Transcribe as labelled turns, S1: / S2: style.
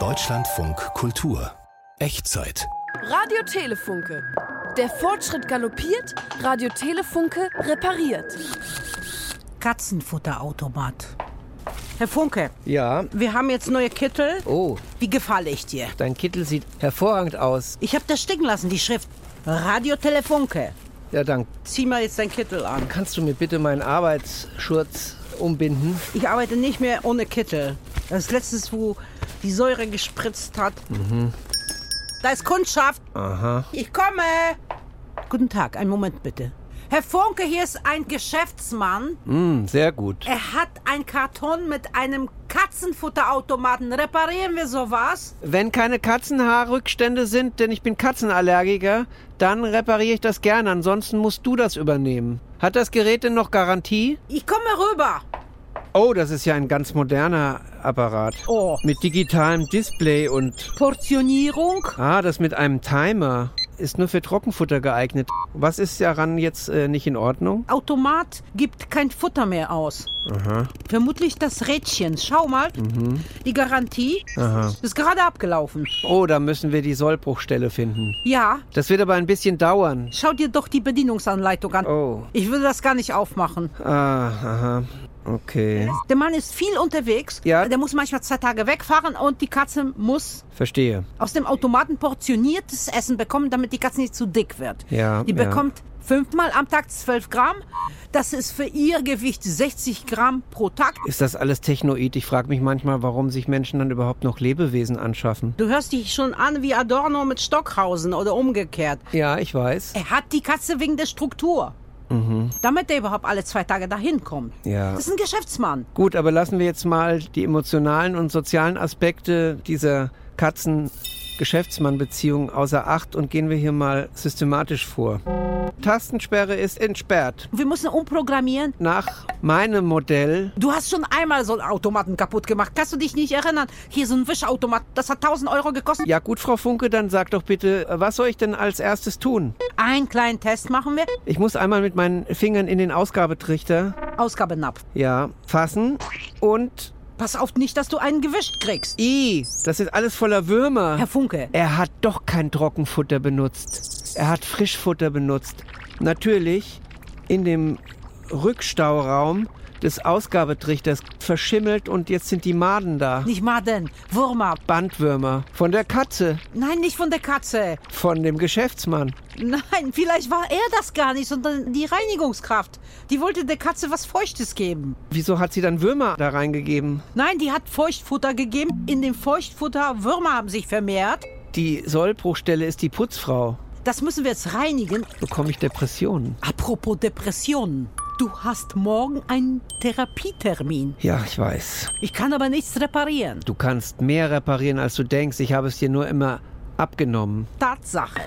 S1: Deutschlandfunk Kultur. Echtzeit.
S2: Radio Telefunke. Der Fortschritt galoppiert, Radio Telefunke repariert.
S3: Katzenfutterautomat. Herr Funke,
S4: Ja,
S3: wir haben jetzt neue Kittel.
S4: oh,
S3: Wie gefalle ich dir?
S4: dein Kittel sieht hervorragend aus.
S3: Ich hab das stecken lassen, die Schrift. Radio Telefunke.
S4: Ja, dank.
S3: Zieh mal jetzt dein Kittel an.
S4: Kannst du mir bitte meinen Arbeitsschurz umbinden?
S3: Ich arbeite nicht mehr ohne Kittel. Das letztes, wo die Säure gespritzt hat. Da ist Kundschaft.
S4: Aha.
S3: Ich komme. Guten Tag, einen Moment bitte. Herr Funke, hier ist ein Geschäftsmann.
S4: Hm, sehr gut.
S3: Er hat einen Karton mit einem Katzenfutterautomaten. Reparieren wir sowas?
S4: Wenn keine Katzenhaarrückstände sind, denn ich bin Katzenallergiker, dann repariere ich das gerne. Ansonsten musst du das übernehmen. Hat das Gerät denn noch Garantie?
S3: Ich komme rüber.
S4: Oh, das ist ja ein ganz moderner Apparat.
S3: Oh.
S4: Mit digitalem Display und.
S3: Portionierung?
S4: Ah, das mit einem Timer. Ist nur für Trockenfutter geeignet. Was ist daran jetzt äh, nicht in Ordnung?
S3: Automat gibt kein Futter mehr aus. Vermutlich das Rädchen. Schau mal.
S4: Mhm.
S3: Die Garantie ist gerade abgelaufen.
S4: Oh, da müssen wir die Sollbruchstelle finden.
S3: Ja,
S4: Das wird aber ein bisschen dauern.
S3: schau dir doch die Bedienungsanleitung an.
S4: Oh.
S3: Ich würde das gar nicht aufmachen.
S4: Ah, aha. Okay.
S3: Der Mann ist viel unterwegs.
S4: Ja.
S3: Der muss manchmal zwei Tage wegfahren und die Katze muss
S4: Verstehe.
S3: aus dem Automaten portioniertes Essen bekommen, damit die Katze nicht zu dick wird.
S4: Ja,
S3: Die
S4: ja.
S3: bekommt fünfmal am Tag 12 Gramm. Das ist für ihr Gewicht 60 Gramm pro Tag.
S4: Ist das alles Technoid? Ich frage mich manchmal, warum sich Menschen dann überhaupt noch Lebewesen anschaffen.
S3: Du hörst dich schon an wie Adorno mit Stockhausen oder umgekehrt.
S4: Ja, ich weiß.
S3: Er hat die Katze wegen der Struktur. Damit er überhaupt alle zwei Tage dahin kommt.
S4: Mhm. Ja.
S3: Das ist ein Geschäftsmann.
S4: Gut, aber lassen wir jetzt mal die emotionalen und sozialen Aspekte dieser Katzen-Geschäftsmann-Beziehung außer Acht und gehen wir hier mal systematisch vor. Tastensperre ist entsperrt.
S3: Wir müssen umprogrammieren.
S4: Nach meinem Modell
S3: Du hast schon einmal so einen Automaten kaputt gemacht. Kannst du dich nicht erinnern? Hier so ein Wischautomat, das hat 1000 Euro gekostet.
S4: Ja gut, Frau Funke, dann sag doch bitte, was soll ich denn als erstes tun?
S3: Einen kleinen Test machen wir.
S4: Ich muss einmal mit meinen Fingern in den Ausgabetrichter,
S3: Ausgabenapf.
S4: ja, fassen und
S3: Pass auf nicht, dass du einen gewischt kriegst.
S4: i, das ist alles voller Würmer.
S3: Herr Funke,
S4: Er hat doch kein Trockenfutter benutzt. Er hat Frischfutter benutzt. Natürlich in dem Rückstauraum des Ausgabetrichters verschimmelt und jetzt sind die Maden da.
S3: nicht Maden, Würmer.
S4: Bandwürmer von der Katze,
S3: Nein, nicht von der Katze.
S4: von dem Geschäftsmann.
S3: Nein, vielleicht war er das gar nicht, sondern die Reinigungskraft. Die wollte der Katze was Feuchtes geben.
S4: Wieso hat sie dann Würmer da reingegeben?
S3: Nein, die hat Feuchtfutter gegeben. In dem Feuchtfutter Würmer haben sich vermehrt.
S4: Die Sollbruchstelle ist die Putzfrau.
S3: Das müssen wir jetzt reinigen.
S4: Bekomme ich Depressionen?
S3: Apropos Depressionen. Du hast morgen einen Therapietermin.
S4: Ja, ich weiß.
S3: Ich kann aber nichts reparieren.
S4: Du kannst mehr reparieren, als du denkst. Ich habe es dir nur immer abgenommen.
S3: Tatsache.